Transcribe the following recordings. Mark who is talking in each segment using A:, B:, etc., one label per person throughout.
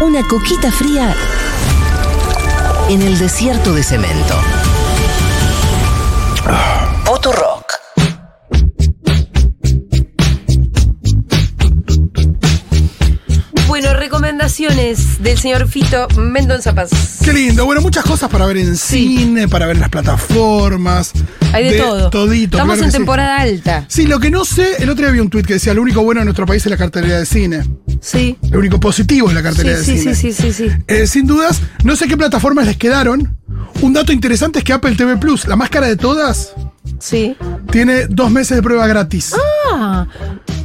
A: Una coquita fría en el desierto de cemento. Potu Rock.
B: Bueno, recomendaciones del señor Fito Mendonza Paz.
C: Qué lindo. Bueno, muchas cosas para ver en cine, para ver en las plataformas.
B: Hay de, todo.
C: Todito,
B: Estamos
C: claro
B: en
C: que sí.
B: temporada alta.
C: Sí, lo que no sé, el otro día había un tuit que decía, lo único bueno de nuestro país es la cartelera de cine.
B: Sí.
C: Lo único positivo es la
B: Sí,
C: cartelera de
B: sí,
C: cine.
B: sí, sí, sí, sí.
C: Eh, sin dudas, no sé qué plataformas les quedaron. Un dato interesante es que Apple TV Plus, la más cara de todas,
B: Sí.
C: tiene dos meses de prueba gratis
B: Ah,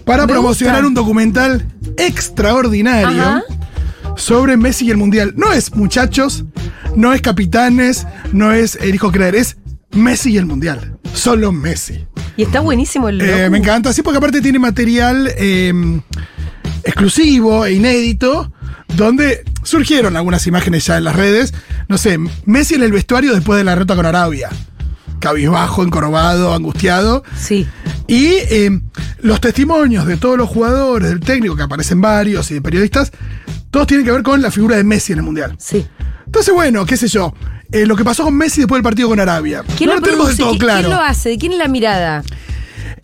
C: para
B: me
C: promocionar
B: gusta.
C: un documental extraordinario
B: Ajá.
C: sobre Messi y el Mundial. No es muchachos, no es capitanes, no es el hijo creer, es Messi y el Mundial. Solo Messi.
B: y está buenísimo el
C: Eh,
B: locu.
C: me encanta, sí, porque aparte tiene material eh, exclusivo e inédito, donde surgieron algunas imágenes ya en las redes. No sé, Messi en el vestuario después de la reta con Arabia. Cabizbajo, encorvado, angustiado.
B: Sí.
C: Y eh, los testimonios de todos los jugadores, del técnico, que aparecen varios, y de periodistas, todos tienen que ver con la figura de Messi en el Mundial.
B: Sí.
C: Entonces, bueno, qué sé yo, eh, lo que pasó con Messi después del partido con Arabia.
B: ¿Quién
C: no
B: la
C: lo tenemos del
B: produce?
C: todo
B: ¿Qui-
C: claro.
B: ¿Quién lo hace? ¿De quién es la mirada?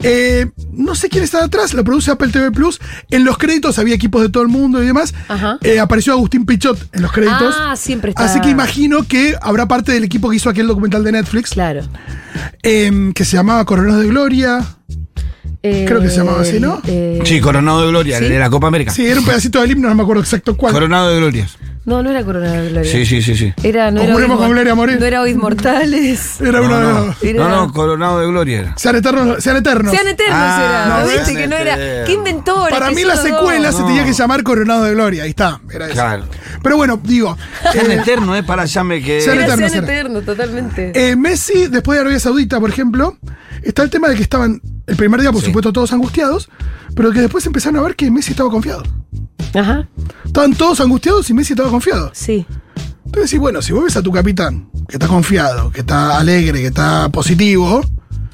C: Eh, no sé quién está atrás, lo produce Apple TV Plus. En los créditos había equipos de todo el mundo y demás.
B: Ajá.
C: Eh, apareció Agustín Pichot en los créditos.
B: Ah, siempre está.
C: Así que imagino que habrá parte del equipo que hizo aquel documental de Netflix
B: Claro.
C: em, que se llamaba Coronas de Gloria. Creo que se llamaba así, ¿no?
B: eh,
D: Sí, Coronado de Gloria,
B: ¿Sí?
D: de la Copa América.
C: Sí, era un pedacito del himno, no me acuerdo exacto cuál.
D: Coronado de Gloria.
B: no, no era Corona de Gloria.
D: Sí, sí, sí, sí.
B: Era, no era
C: Conjuremos
B: Oíd
C: con
B: Mor-
C: Gloria Moret.
B: No era Oíd Mortales.
C: era
D: No,
C: uno de
D: no.
C: los.
B: Era-
D: No, no, Coronado de Gloria era.
C: Sean eternos. Sean eternos.
B: Sean eternos
D: Ah,
B: era. ¿no
C: no,
B: viste
D: sean
B: que no era?
D: eternos.
B: ¿Qué inventó?
C: Para mí la secuela se
D: No.
C: tenía que llamar Coronado de Gloria. Ahí está. Era eso.
D: Claro.
C: Pero bueno, digo.
D: Es
C: eh,
D: eterno, ¿eh? Para allá me
C: Sean
D: que.
C: eternos.
B: Era
C: eterno,
B: Sean
C: era.
B: Eterno, totalmente.
C: Eh, Messi, después de Arabia Saudita, por ejemplo, está el tema de que estaban el primer día, por
D: Sí.
C: supuesto, todos angustiados, pero que después empezaron a ver que Messi estaba confiado.
B: Ajá,
C: Estaban todos angustiados y Messi estaba confiado.
B: sí.
C: Entonces decís, bueno, si vos ves a tu capitán, que está confiado, que está alegre, que está positivo,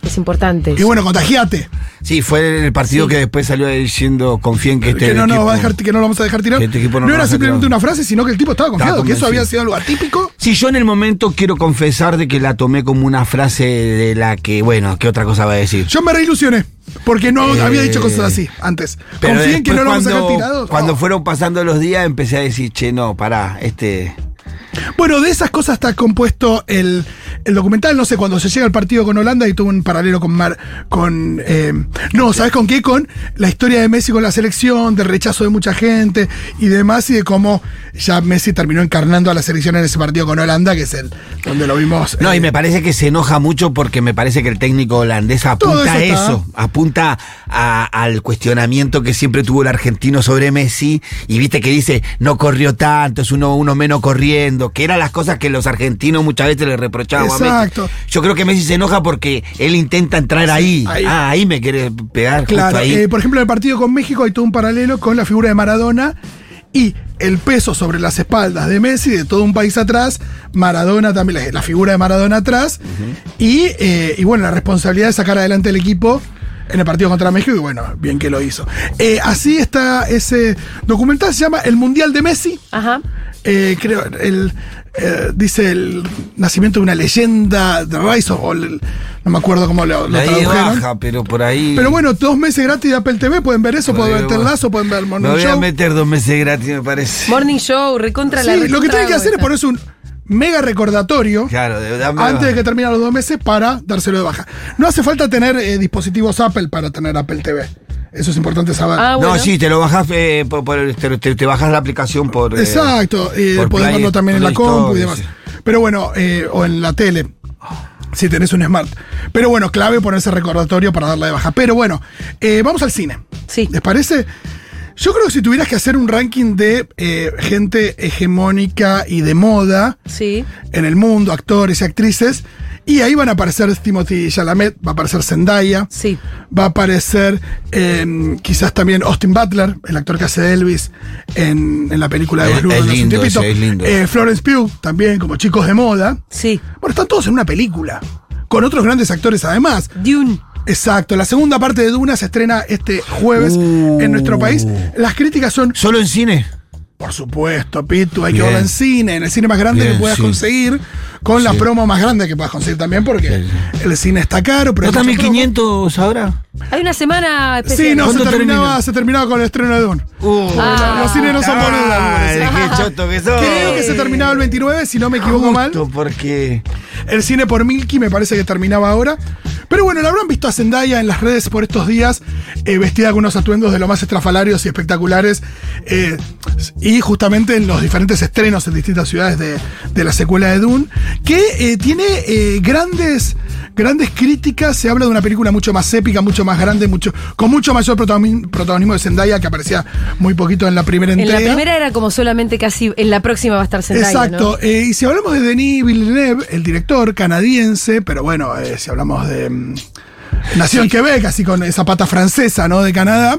B: Es importante.
C: y bueno, contagiate.
D: Sí, fue el partido que después salió diciendo confíen que este.
C: que no nos
D: equipo-
C: va a dejar, que no lo vamos a dejar tirar.
D: que este equipo no
C: no
D: lo
C: era
D: vas a
C: simplemente
D: tirar.
C: una frase, sino que el tipo estaba confiado, que eso
D: convencido.
C: había sido algo atípico.
D: Sí, yo en el momento quiero confesar de que la tomé como una frase de la que, bueno, ¿qué otra cosa va a decir?
C: Yo me reilusioné, porque no
D: Eh,
C: había dicho cosas así antes. Confíen que
D: después
C: no lo vamos a
D: cuando,
C: dejar tirados.
D: Cuando
C: No.
D: fueron pasando los días empecé a decir, che, no, pará, este.
C: Bueno, de esas cosas está compuesto el, el documental. No sé, cuando se llega al partido con Holanda y tuvo un paralelo con Mar. con eh, No, ¿sabes con qué? Con la historia de Messi con la selección, del rechazo de mucha gente y demás, y de cómo ya Messi terminó encarnando a la selección en ese partido con Holanda, que es el donde lo vimos.
D: No,
C: eh,
D: y me parece que se enoja mucho porque me parece que el técnico holandés
C: Todo
D: apunta a
C: eso está.
D: eso, apunta a- al cuestionamiento que siempre tuvo el argentino sobre Messi y viste que dice, no corrió tanto, es uno, uno menos corriendo, que eran las cosas que los argentinos muchas veces le reprochaban a
C: Exacto.
D: Messi. Yo creo que Messi se enoja porque él intenta entrar ahí.
C: ahí.
D: Ah, ahí me quiere pegar, justo
C: Claro,
D: ahí.
C: eh, por ejemplo, en el partido con México hay todo un paralelo con la figura de Maradona y el peso sobre las espaldas de Messi, de todo un país atrás, Maradona también, la, la figura de Maradona atrás, y, eh, y bueno, la responsabilidad de sacar adelante el equipo en el partido contra México, y bueno, bien que lo hizo. Eh, así está ese documental, se llama El Mundial de Messi.
B: Ajá.
C: Eh, creo, el, eh, dice el nacimiento de una leyenda, de Rise of, o el- no me acuerdo cómo lo, lo
D: Ahí
C: tradujeron.
D: baja, pero por ahí.
C: Pero bueno, dos meses gratis de Apple TV, pueden ver eso,
D: Por ahí
C: pueden ver
D: baja.
C: Terlazo, pueden ver
D: Me
C: Morning
D: voy a
C: Show.
D: meter dos meses gratis, me parece.
B: Morning Show, recontra la
C: Sí, lo que
B: recontra
C: tienen que hacer es
B: vuelta.
C: ponerse un mega recordatorio
D: Claro, de- dame-
C: antes de que terminen los dos meses para dárselo de baja. No hace falta tener eh, dispositivos Apple para tener Apple TV. Eso es importante saber.
B: Ah, bueno.
D: No, sí, te lo bajas eh, por, por el- te, te- te bajas la aplicación por. eh,
C: Exacto, eh,
D: por
C: podés
D: Play
C: verlo también en la
D: Store,
C: compu y demás.
D: sí.
C: Pero bueno, eh, o en la tele. Si tenés un smart. Pero bueno, clave ponerse recordatorio para darla de baja. Pero bueno, eh, vamos al cine.
B: Sí.
C: ¿Les parece? Yo creo que si tuvieras que hacer un ranking de eh, gente hegemónica y de moda
B: Sí.
C: en el mundo, actores y actrices, y ahí van a aparecer Timothy Chalamet, va a aparecer Zendaya,
B: Sí.
C: va a aparecer eh, quizás también Austin Butler, el actor que hace de Elvis en, en la película de
D: Es-
C: Blues
D: es
C: de hace un
D: lindo
C: tiempito.
D: ese, es lindo.
C: Eh, Florence Pugh también, como chicos de moda.
B: Sí.
C: Bueno, están todos en una película, con otros grandes actores además.
B: Dune.
C: Exacto, la segunda parte
D: Uh.
C: de Duna se estrena este jueves en nuestro país. Las críticas son
D: ¿Solo en cine?
C: Por supuesto, Pitu, hay que
D: Bien.
C: verla en cine, en el cine más grande
D: Bien,
C: que puedas
D: sí.
C: conseguir, con la
D: Sí.
C: promo más grande que puedas conseguir también, porque
D: Sí,
C: el cine está caro, pero...
D: ¿No
C: hay
D: está
C: mucha promo.
D: 1500 ahora?
B: Hay una semana especial.
C: Sí, no, se
D: ¿Cuándo
C: terminaba,
D: termina?
C: se terminaba con el estreno de Dune.
D: Uh,
B: Ah.
C: Los cines no son boludas. me parece.
D: Ay, qué choto que sos.
C: Creo que se terminaba el 29, si no me equivoco mal.
D: Justo porque...
C: El cine por Milky me parece que terminaba ahora. Pero bueno, la habrán visto a Zendaya en las redes por estos días, eh, vestida con unos atuendos de lo más estrafalarios y espectaculares. eh, y justamente en los diferentes estrenos en distintas ciudades de, de la secuela de Dune, que eh, tiene eh, grandes, grandes críticas. Se habla de una película mucho más épica, mucho más grande, mucho, con mucho mayor protagoni- protagonismo de Zendaya, que aparecía muy poquito en la primera
B: En
C: entrega.
B: la primera era como solamente casi. En la próxima va a estar Zendaya,
C: Exacto.
B: ¿no?
C: eh, y si hablamos de Denis Villeneuve, el director canadiense, pero bueno, eh, si hablamos de. mm, Nació en Quebec, así con esa pata francesa, ¿no? De Canadá.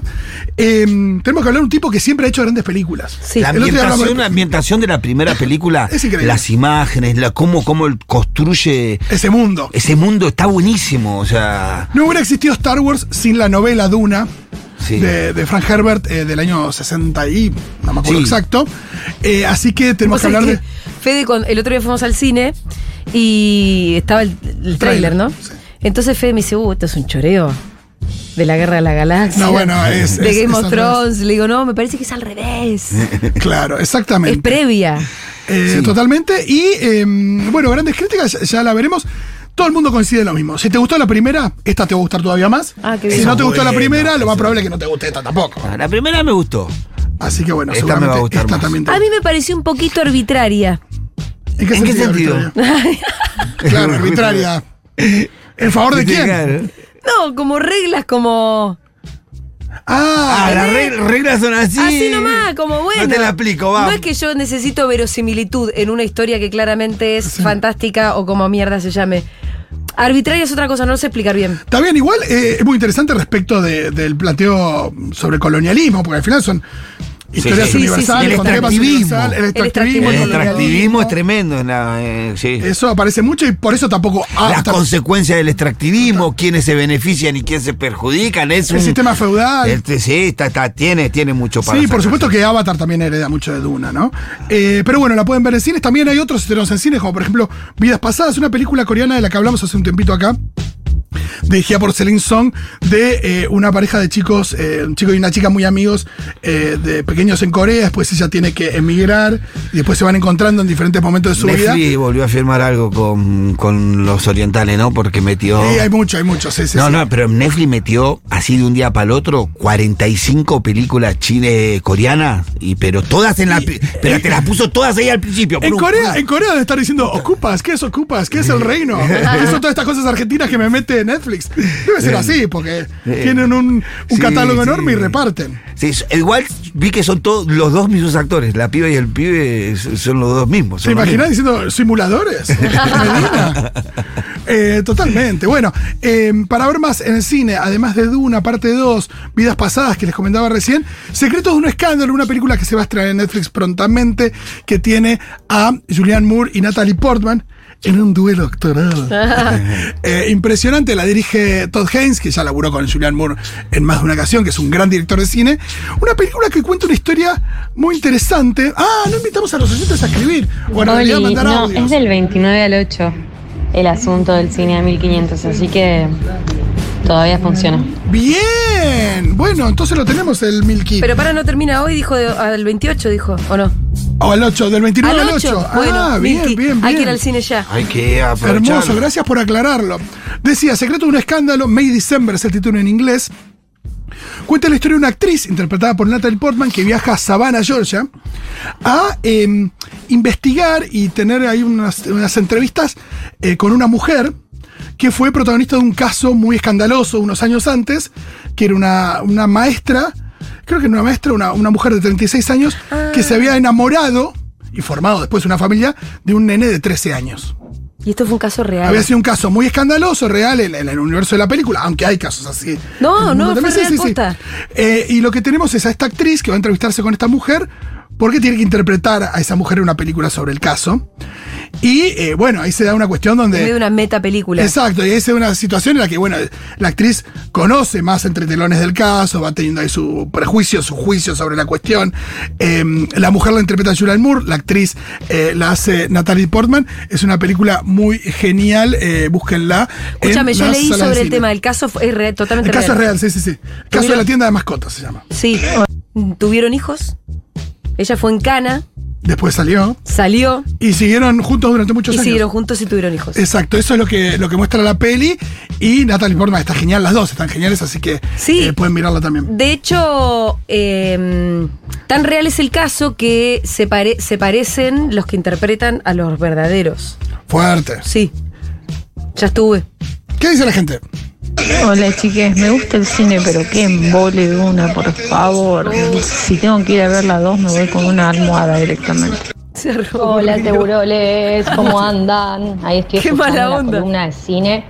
C: eh, tenemos que hablar de un tipo que siempre ha hecho grandes películas.
B: Sí.
D: La
C: El otro día hablamos
D: ambientación, la
C: de-
D: ambientación de la primera película,
C: Es increíble.
D: las imágenes, la, cómo, cómo él construye
C: Ese mundo.
D: ese mundo está buenísimo. O sea,
C: No hubiera existido Star Wars sin la novela Duna.
D: sí.
C: De, de Frank Herbert eh, del año 60 y no me acuerdo
D: Sí.
C: exacto. Eh, así que tenemos
B: Vos
C: que
B: sabés
C: hablar de.
B: que, Fede, con- el otro día fuimos al cine y estaba el, el
C: Tráiler,
B: tráiler, ¿no?
C: sí.
B: Entonces Fede me dice, uh, esto es un choreo. De la guerra de la galaxia.
C: No, bueno, es-
B: De
C: es-
B: Game
C: es
B: of
C: al
B: Thrones. Le digo, no, me parece que es al revés.
C: Claro,
B: es
C: exactamente.
B: previa.
C: Eh,
D: Sí.
C: Totalmente. Y eh, bueno, grandes críticas, ya, ya la veremos. Todo el mundo coincide en lo mismo. Si te gustó la primera, esta te va a gustar todavía más.
B: Ah, qué bien.
C: Si no te
D: Eso
C: gustó la
D: bueno,
C: primera, lo más
D: eso.
C: probable es que no te guste esta tampoco.
D: La primera me gustó.
C: Así que bueno,
D: Esta me va a
C: seguramente
D: gustar
C: esta
D: más.
C: también te
B: A mí me pareció un poquito arbitraria.
C: ¿En qué
D: ¿En qué
C: sentido?
D: sentido?
C: arbitraria? claro, arbitraria. ¿En favor de quién?
D: Claro.
B: No, como reglas, como.
D: Ah,
C: Ah,
D: las reg- reglas son así.
B: Así nomás, como bueno.
D: No te la explico, va.
B: No es que yo necesito verosimilitud en una historia que claramente es fantástica o como mierda se llame. Arbitraria es otra cosa, no lo sé explicar bien.
C: Está bien, igual eh, es muy interesante respecto de- del planteo sobre el colonialismo, porque al final son historias
D: sí, sí, sí,
C: universales,
D: sí,
C: con temas
D: el
C: universales, el extractivismo,
B: extractivismo.
D: El
C: el colonialismo.
D: extractivismo es tremendo. en la- eh, sí.
C: Eso aparece mucho y por eso tampoco... ah,
D: Las
C: tam-
D: consecuencias del extractivismo, quiénes se benefician y quiénes se perjudican. Es
C: el
D: un-
C: sistema feudal.
D: Este, sí, está, está- tiene, tiene mucho para
C: Sí, por
D: sacar.
C: supuesto que Avatar también hereda mucho de Duna, ¿no? Eh, pero bueno, la pueden ver en cines. También hay otros estrenos en cines, como por ejemplo Vidas Pasadas, una película coreana de la que hablamos hace un tiempito acá, dirigida por Celine Song, de eh, una pareja de chicos, eh, un chico y una chica muy amigos eh, de pequeños en Corea. Después ella tiene que emigrar y después se van encontrando en diferentes momentos de su vida.
D: Netflix volvió a firmar algo con, con los orientales, ¿no? Porque metió.
C: Sí, hay mucho, hay mucho. Sí, sí,
D: no,
C: sí.
D: no, pero Netflix metió así de un día para el otro 45 películas chile coreanas, y pero todas en la. pri- pero te las puso todas ahí al principio.
C: En
D: Prum,
C: Corea,
D: prum.
C: en Corea debe estar diciendo, ocupas, ¿qué es ocupas? ¿Qué es el reino? ¿Qué son todas estas cosas argentinas que me mete Netflix? Debe ser así, porque tienen un, un
D: Sí,
C: catálogo
D: sí.
C: enorme y reparten.
D: Sí, so- igual vi que son todos los dos mismos actores, la piba y el pibe s- son los dos mismos.
C: ¿Se
D: son los
C: imaginan
D: mismos.
C: diciendo simuladores? Medina. Eh, totalmente. Bueno, eh, para ver más en el cine, además de Duna, parte 2, Vidas Pasadas, que les comentaba recién, Secretos de un Escándalo, una película que se va a estrenar en Netflix prontamente, que tiene a Julianne Moore y Natalie Portman en un duelo actoral. Eh, impresionante, la dirige Todd Haynes, que ya laburó con Julianne Moore en más de una ocasión, que es un gran director de cine. Una película que cuenta una historia muy interesante. Ah, no invitamos a los oyentes a escribir. Bueno,
E: Oli,
C: le voy a mandar
E: no,
C: audios.
E: es del 29 al 8 el asunto del cine a 1500, así que todavía funciona.
C: Bien, bueno, entonces lo tenemos el Milky.
B: Pero para no termina hoy, dijo de- al 28, dijo, ¿o no?
C: O al 8, del 29 al 8.
B: Bueno,
C: ah, bien,
B: Milky,
C: bien, bien.
B: hay que ir al cine ya.
D: Hay que aprovechar.
C: Hermoso, gracias por aclararlo. Decía, Secreto de un escándalo, May December es el título en inglés. Cuenta la historia de una actriz interpretada por Natalie Portman que viaja a Savannah, Georgia, a eh, investigar y tener ahí unas, unas entrevistas eh, con una mujer que fue protagonista de un caso muy escandaloso unos años antes, que era una, una maestra, creo que era una maestra, una, una mujer de 36 años, que se había enamorado y formado después una familia de un nene de 13 años.
B: Y esto fue un caso real.
C: Había sido un caso muy escandaloso, real, en, en el universo de la película, aunque hay casos así.
B: No,
C: En el
B: no,
C: mundo
B: fue
C: también,
B: real, posta.
C: Eh, y lo que tenemos es a esta actriz que va a entrevistarse con esta mujer porque tiene que interpretar a esa mujer en una película sobre el caso. Y eh, bueno, ahí se da una cuestión donde...
B: En medio de una meta película.
C: Exacto, y esa es una situación en la que, bueno, la actriz conoce más entre telones del caso, va teniendo ahí su prejuicio, su juicio sobre la cuestión. Eh, la mujer la interpreta Julianne Moore, la actriz eh, la hace Natalie Portman. Es una película muy genial, eh, búsquenla. en
B: Escúchame, yo
C: las
B: leí
C: salas de
B: sobre el
C: cine.
B: tema. El caso fue- es re- totalmente
C: El caso es
B: real.
C: real, sí, sí, sí. El caso de la tienda de mascotas se llama.
B: Sí. Tuvieron hijos. Ella fue en Cana,
C: Después salió.
B: salió
C: Y siguieron juntos durante muchos
B: y
C: años.
B: siguieron juntos y tuvieron hijos.
C: Exacto, eso es lo que, lo que muestra la peli. Y Natalie Portman está genial, las dos están geniales, así que
B: Sí.
C: eh, pueden mirarla también.
B: De hecho, eh, tan real es el caso que se, pare- se parecen los que interpretan a los verdaderos.
C: Fuerte.
B: Sí. Ya estuve.
C: ¿Qué dice la gente?
F: Hola chiques, me gusta el cine, pero qué embole de una, por favor. Si tengo que ir a ver la dos, me voy con una almohada directamente.
B: Se robó
E: Hola,
B: el libro.
E: Teuroles, ¿cómo andan? Ahí estoy
B: Qué
E: escuchando
B: mala
E: la
B: onda.
E: columna de cine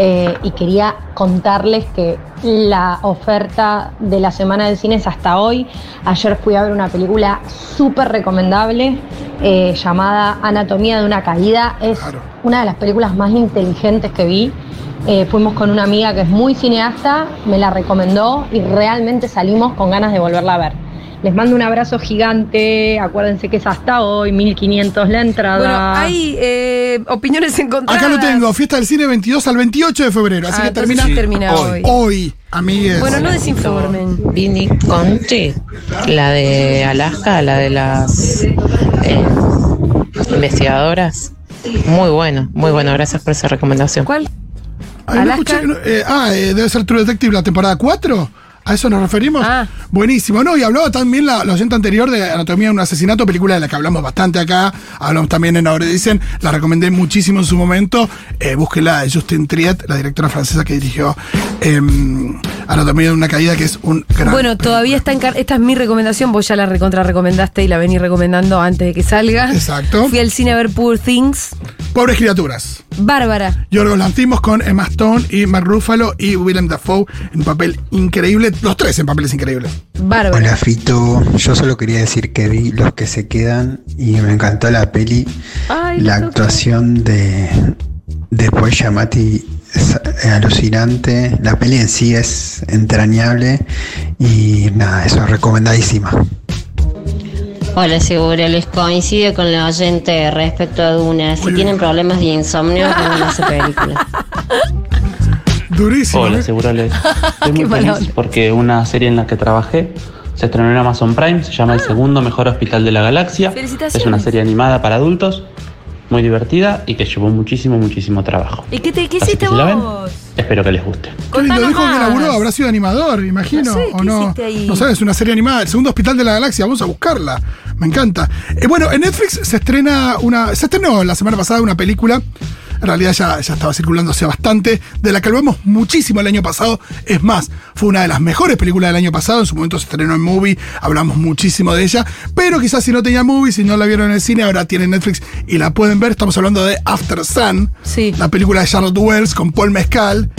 E: eh, y quería contarles que la oferta de la semana del cine es hasta hoy. Ayer fui a ver una película súper recomendable eh, llamada Anatomía de una caída. Es
C: Claro.
E: una de las películas más inteligentes que vi. Eh, fuimos con una amiga que es muy cineasta, me la recomendó y realmente salimos con ganas de volverla a ver. Les mando un abrazo gigante, acuérdense que es hasta hoy, 1500 la entrada.
B: Bueno, hay eh, opiniones encontradas.
C: Acá lo tengo, fiesta del cine 22 al 28 de febrero, así
B: Ah,
C: que
B: entonces
C: termina
B: sí termina
D: hoy.
B: hoy.
C: hoy, amigues.
B: Bueno, no desinformen.
G: Vinnie Conti, la de Alaska, la de las eh, investigadoras. Muy bueno, muy bueno. Gracias por esa recomendación.
B: ¿Cuál?
C: Ay, no
B: Alaska.
C: escuché, no, eh, ah, eh, debe ser True Detective la temporada 4. ¿A eso nos referimos?
B: Ah.
C: Buenísimo. No, y hablaba también la, la oyente anterior de Anatomía de un asesinato, película de la que hablamos bastante acá. Hablamos también en Ahora Dicen. La recomendé muchísimo en su momento. Eh, búsquela de Justin Triet, la directora francesa que dirigió em, Anatomía de una caída, que es un gran.
B: Bueno, todavía está en car- Esta es mi recomendación. Vos ya la recontra recomendaste y la vení recomendando antes de que salga.
C: Exacto.
B: Fui al cine a ver Poor Things.
C: Pobres criaturas.
B: Bárbara.
C: Yorgos Lantimos con Emma Stone y Mark Ruffalo y Willem Dafoe en papel increíble. Los tres en papeles increíbles.
B: Bárbara.
H: Hola Fito, yo solo quería decir que vi Los que se quedan y me encantó la peli,
B: Ay,
H: la
B: me toca.
H: actuación de, de Paul Giamatti es alucinante, la peli en sí es entrañable y nada, eso es recomendadísima.
I: Hola, seguro, les coincido con la oyente respecto a Duna. Si tienen problemas de insomnio, vean esa película.
C: Durísimo.
J: Hola,
C: ¿eh?
J: Segurales. Estoy muy
B: Qué mala
J: feliz
B: onda.
J: porque una serie en la que trabajé se estrenó en Amazon Prime, se llama El Segundo Mejor Hospital de la Galaxia.
B: Ah. Felicitaciones.
J: Es una serie animada para adultos, muy divertida y que llevó muchísimo, muchísimo trabajo.
B: ¿Y qué, te, qué
J: Así
B: hiciste
J: que si la ven,
B: vos?
J: espero que les guste.
C: Qué lindo,
B: Contanos
C: dijo que
B: más.
C: laburó, habrá sido animador, imagino,
B: No sé,
C: o
B: ¿qué
C: no.
B: hiciste ahí?
C: No sabes, una serie animada, el segundo hospital de la galaxia, vamos a buscarla. Me encanta. Eh, bueno, en Netflix se estrena una. Se estrenó la semana pasada una película. En realidad ya, ya estaba circulándose bastante, de la que hablamos muchísimo el año pasado. Es más, fue una de las mejores películas del año pasado. En su momento se estrenó en Movie, hablamos muchísimo de ella. Pero quizás si no tenía Movie, si no la vieron en el cine, ahora tienen Netflix y la pueden ver. Estamos hablando de After Sun,
B: Sí.
C: la película de Charlotte Wells con Paul Mezcal,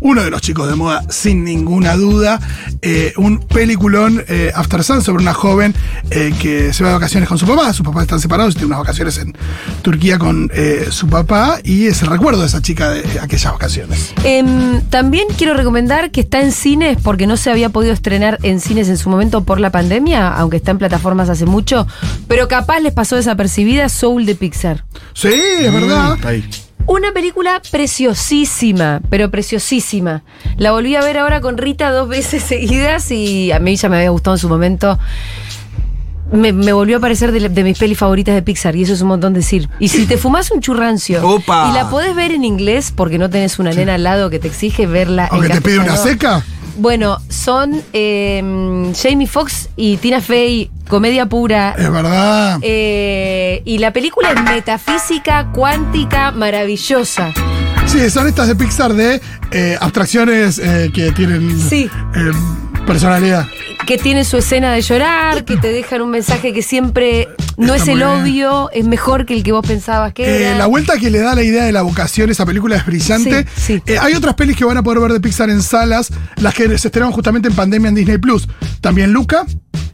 C: uno de los chicos de moda sin ninguna duda, eh, un peliculón eh, After Sun sobre una joven eh, que se va de vacaciones con su papá, sus papás están separados, tiene unas vacaciones en Turquía con eh, su papá y es el recuerdo de esa chica de aquellas vacaciones.
B: Em, también quiero recomendar que está en cines porque no se había podido estrenar en cines en su momento por la pandemia, aunque está en plataformas hace mucho, pero capaz les pasó desapercibida Soul de Pixar.
C: Sí, es verdad.
D: Mm, Ahí.
B: Una película preciosísima, pero preciosísima. La volví a ver ahora con Rita dos veces seguidas y a mí ya me había gustado en su momento. Me, me volvió a parecer de, la- de mis pelis favoritas de Pixar y eso es un montón decir. Y si te fumas un churrancio
D: Opa.
B: y la podés ver en inglés porque no tenés una nena al lado que te exige verla en
C: Aunque te pide una
B: castellano.
C: seca.
B: Bueno, son eh, Jamie Foxx y Tina Fey, comedia pura,
C: Es verdad.
B: eh, y la película es metafísica, cuántica, maravillosa.
C: Sí, son estas de Pixar de eh, abstracciones eh, que tienen
B: Sí.
C: eh, personalidad.
B: Que tiene su escena de llorar, que te dejan un mensaje que siempre no
C: Está
B: es el
C: muy bien.
B: odio, es mejor que el que vos pensabas que
C: Eh,
B: era.
C: la vuelta que le da la idea de la vocación, esa película es brillante.
B: Sí, sí.
C: Eh, hay otras pelis que van a poder ver de Pixar en salas, las que se estrenaron justamente en pandemia en Disney Plus. También Luca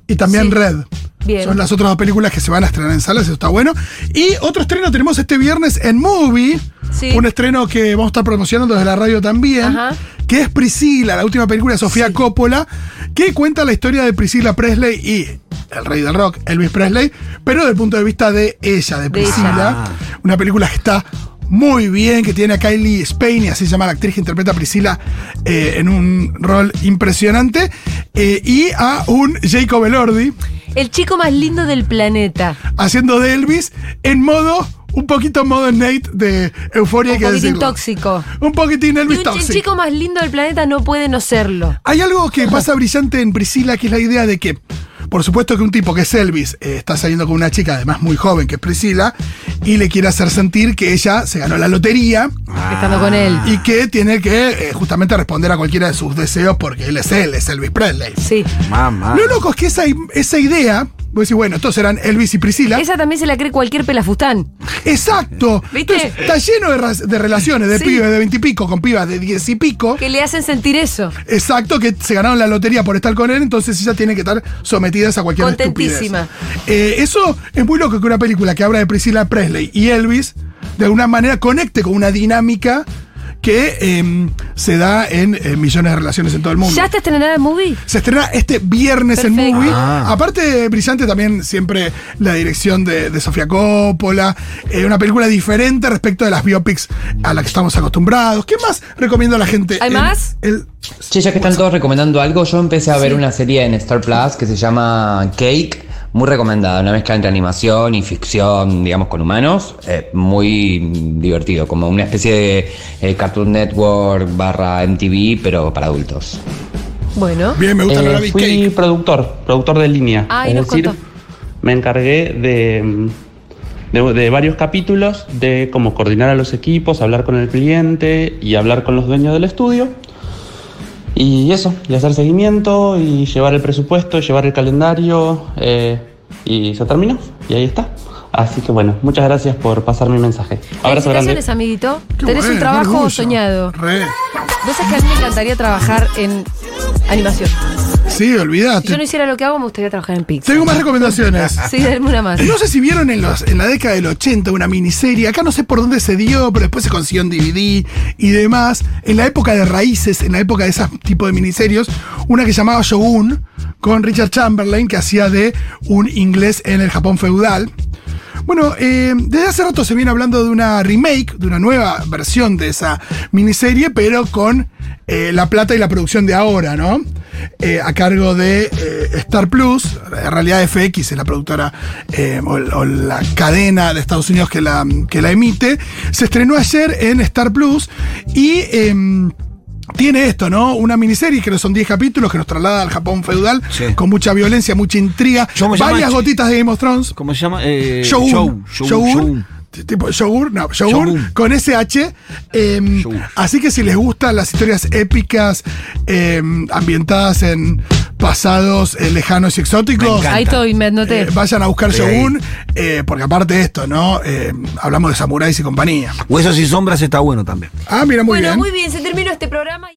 C: y también
B: Sí.
C: Red.
B: Bien.
C: Son las otras dos películas que se van a estrenar en salas, eso está bueno. Y otro estreno tenemos este viernes en Movie.
B: Sí.
C: Un estreno que vamos a estar promocionando desde la radio también.
B: Ajá.
C: Que es Priscila, la última película de Sofía Coppola, que cuenta la historia de Priscila Presley y el rey del rock, Elvis Presley, pero desde el punto de vista de ella, de
B: De ella.
C: Priscila. Una película que está muy bien, que tiene a Kylie Spain, y así se llama la actriz que interpreta a Priscila eh, en un rol impresionante, eh, y a un Jacob Elordi
B: El chico más lindo del planeta.
C: haciendo de Elvis en modo, un poquito modo Nate de Euforia.
B: Un
C: hay que
B: poquitín
C: decirlo.
B: tóxico.
C: Un poquitín
B: Y
C: Elvis
B: un- el
C: tóxico.
B: chico más lindo del planeta no puede no serlo.
C: Hay algo que pasa brillante en Priscila, que es la idea de que, por supuesto que un tipo que es Elvis eh, está saliendo con una chica, además muy joven, que es Priscila, y le quiere hacer sentir que ella se ganó la lotería
B: Estando con él.
C: Ah, y que tiene que eh, justamente responder a cualquiera de sus deseos porque él es él, es Elvis Presley.
B: Sí.
D: Mamá.
C: Lo loco es que esa, esa idea, vos decís, bueno, estos eran Elvis y Priscila.
B: Esa también se la cree cualquier pelafustán.
C: Exacto.
B: ¿Viste?
C: Entonces, está lleno de, ras- de relaciones de
B: Sí.
C: pibes de 20 y pico con pibas de 10 y pico.
B: Que le hacen sentir eso.
C: Exacto, que se ganaron la lotería por estar con él, entonces ella tiene que estar sometidas a cualquier
B: Contentísima.
C: estupidez. Eh, eso es muy loco que una película que habla de Priscilla Presley y Elvis, de alguna manera conecte con una dinámica que em, se da en eh, millones de relaciones en todo el mundo.
B: ¿Ya está estrenada el movie?
C: Se estrena este viernes en
B: Perfecto.
C: Movie.
D: Ah.
C: Aparte, brillante también siempre la dirección de, de Sofía Coppola. Eh, una película diferente respecto de las biopics a las que estamos acostumbrados. ¿Qué más recomiendo a la gente?
B: ¿Hay
C: El-
B: más?
C: el-
K: Che, ya que están todos recomendando algo, yo empecé a ver una serie en Star Plus que se llama Cake, muy recomendada, una mezcla entre animación y ficción, digamos, con humanos, eh, muy divertido, como una especie de eh, Cartoon Network barra MTV, pero para adultos.
B: Bueno.
C: bien, me gusta
J: Eh,
C: la Big
J: fui
C: Cake.
J: productor, productor de línea.
B: Ay,
J: es
B: Ah, nos
J: decir,
B: contó.
J: me encargué de, mm, de, de varios capítulos, de cómo coordinar a los equipos, hablar con el cliente y hablar con los dueños del estudio. Y eso, y hacer seguimiento, y llevar el presupuesto, y llevar el calendario, eh, y se terminó, y ahí está. Así que bueno, muchas gracias por pasar mi mensaje. Abrazo grande.
B: Felicitaciones, amiguito.
C: Qué
B: Tenés
C: bueno,
B: un
C: qué
B: trabajo
C: orgullo.
B: soñado.
C: Re.
B: Vos sabés que a mí me encantaría trabajar en animación.
C: Sí,
B: Si yo no
C: olvidate.
B: hiciera lo que hago, me gustaría trabajar en Pixar.
C: Tengo más recomendaciones.
B: Sí, darme una más.
C: No sé si vieron en, los- en la década del 80 una miniserie, acá no sé por dónde se dio, pero después se consiguió en DVD y demás. En la época de raíces, en la época de ese tipo de miniseries, una que llamaba Shogun, con Richard Chamberlain, que hacía de un inglés en el Japón feudal. Bueno, eh, desde hace rato se viene hablando de una remake, de una nueva versión de esa miniserie, pero con eh, la plata y la producción de ahora, ¿no? Eh, a cargo de eh, Star Plus, en realidad FX es la productora eh, o, o la cadena de Estados Unidos que la, que la emite. Se estrenó ayer en Star Plus y... em, tiene esto, ¿no? Una miniserie, creo que son 10 capítulos, que nos traslada al Japón feudal,
D: Sí.
C: con mucha violencia, mucha intriga,
D: Yo me llamo-
C: varias gotitas de Game of Thrones.
D: ¿Cómo se llama? Eh,
C: Shogun.
D: Shogun,
C: Shogun.
D: Shogun.
C: T- Tipo, Shogun, no, Shogun,
D: Shogun.
C: con SH. em,
D: Shogun.
C: así que si les gustan las historias épicas em, ambientadas en pasados eh, lejanos y
D: Me
C: exóticos,
D: encanta.
B: Ahí todo, me anoté.
C: eh, vayan a buscar
D: Sí.
C: Shogun, eh, porque aparte de esto, ¿no? Em, hablamos de samuráis y compañía.
D: Huesos y sombras está bueno también.
C: Ah, mira, muy
B: bueno,
C: bien.
B: muy bien, se terminó este programa.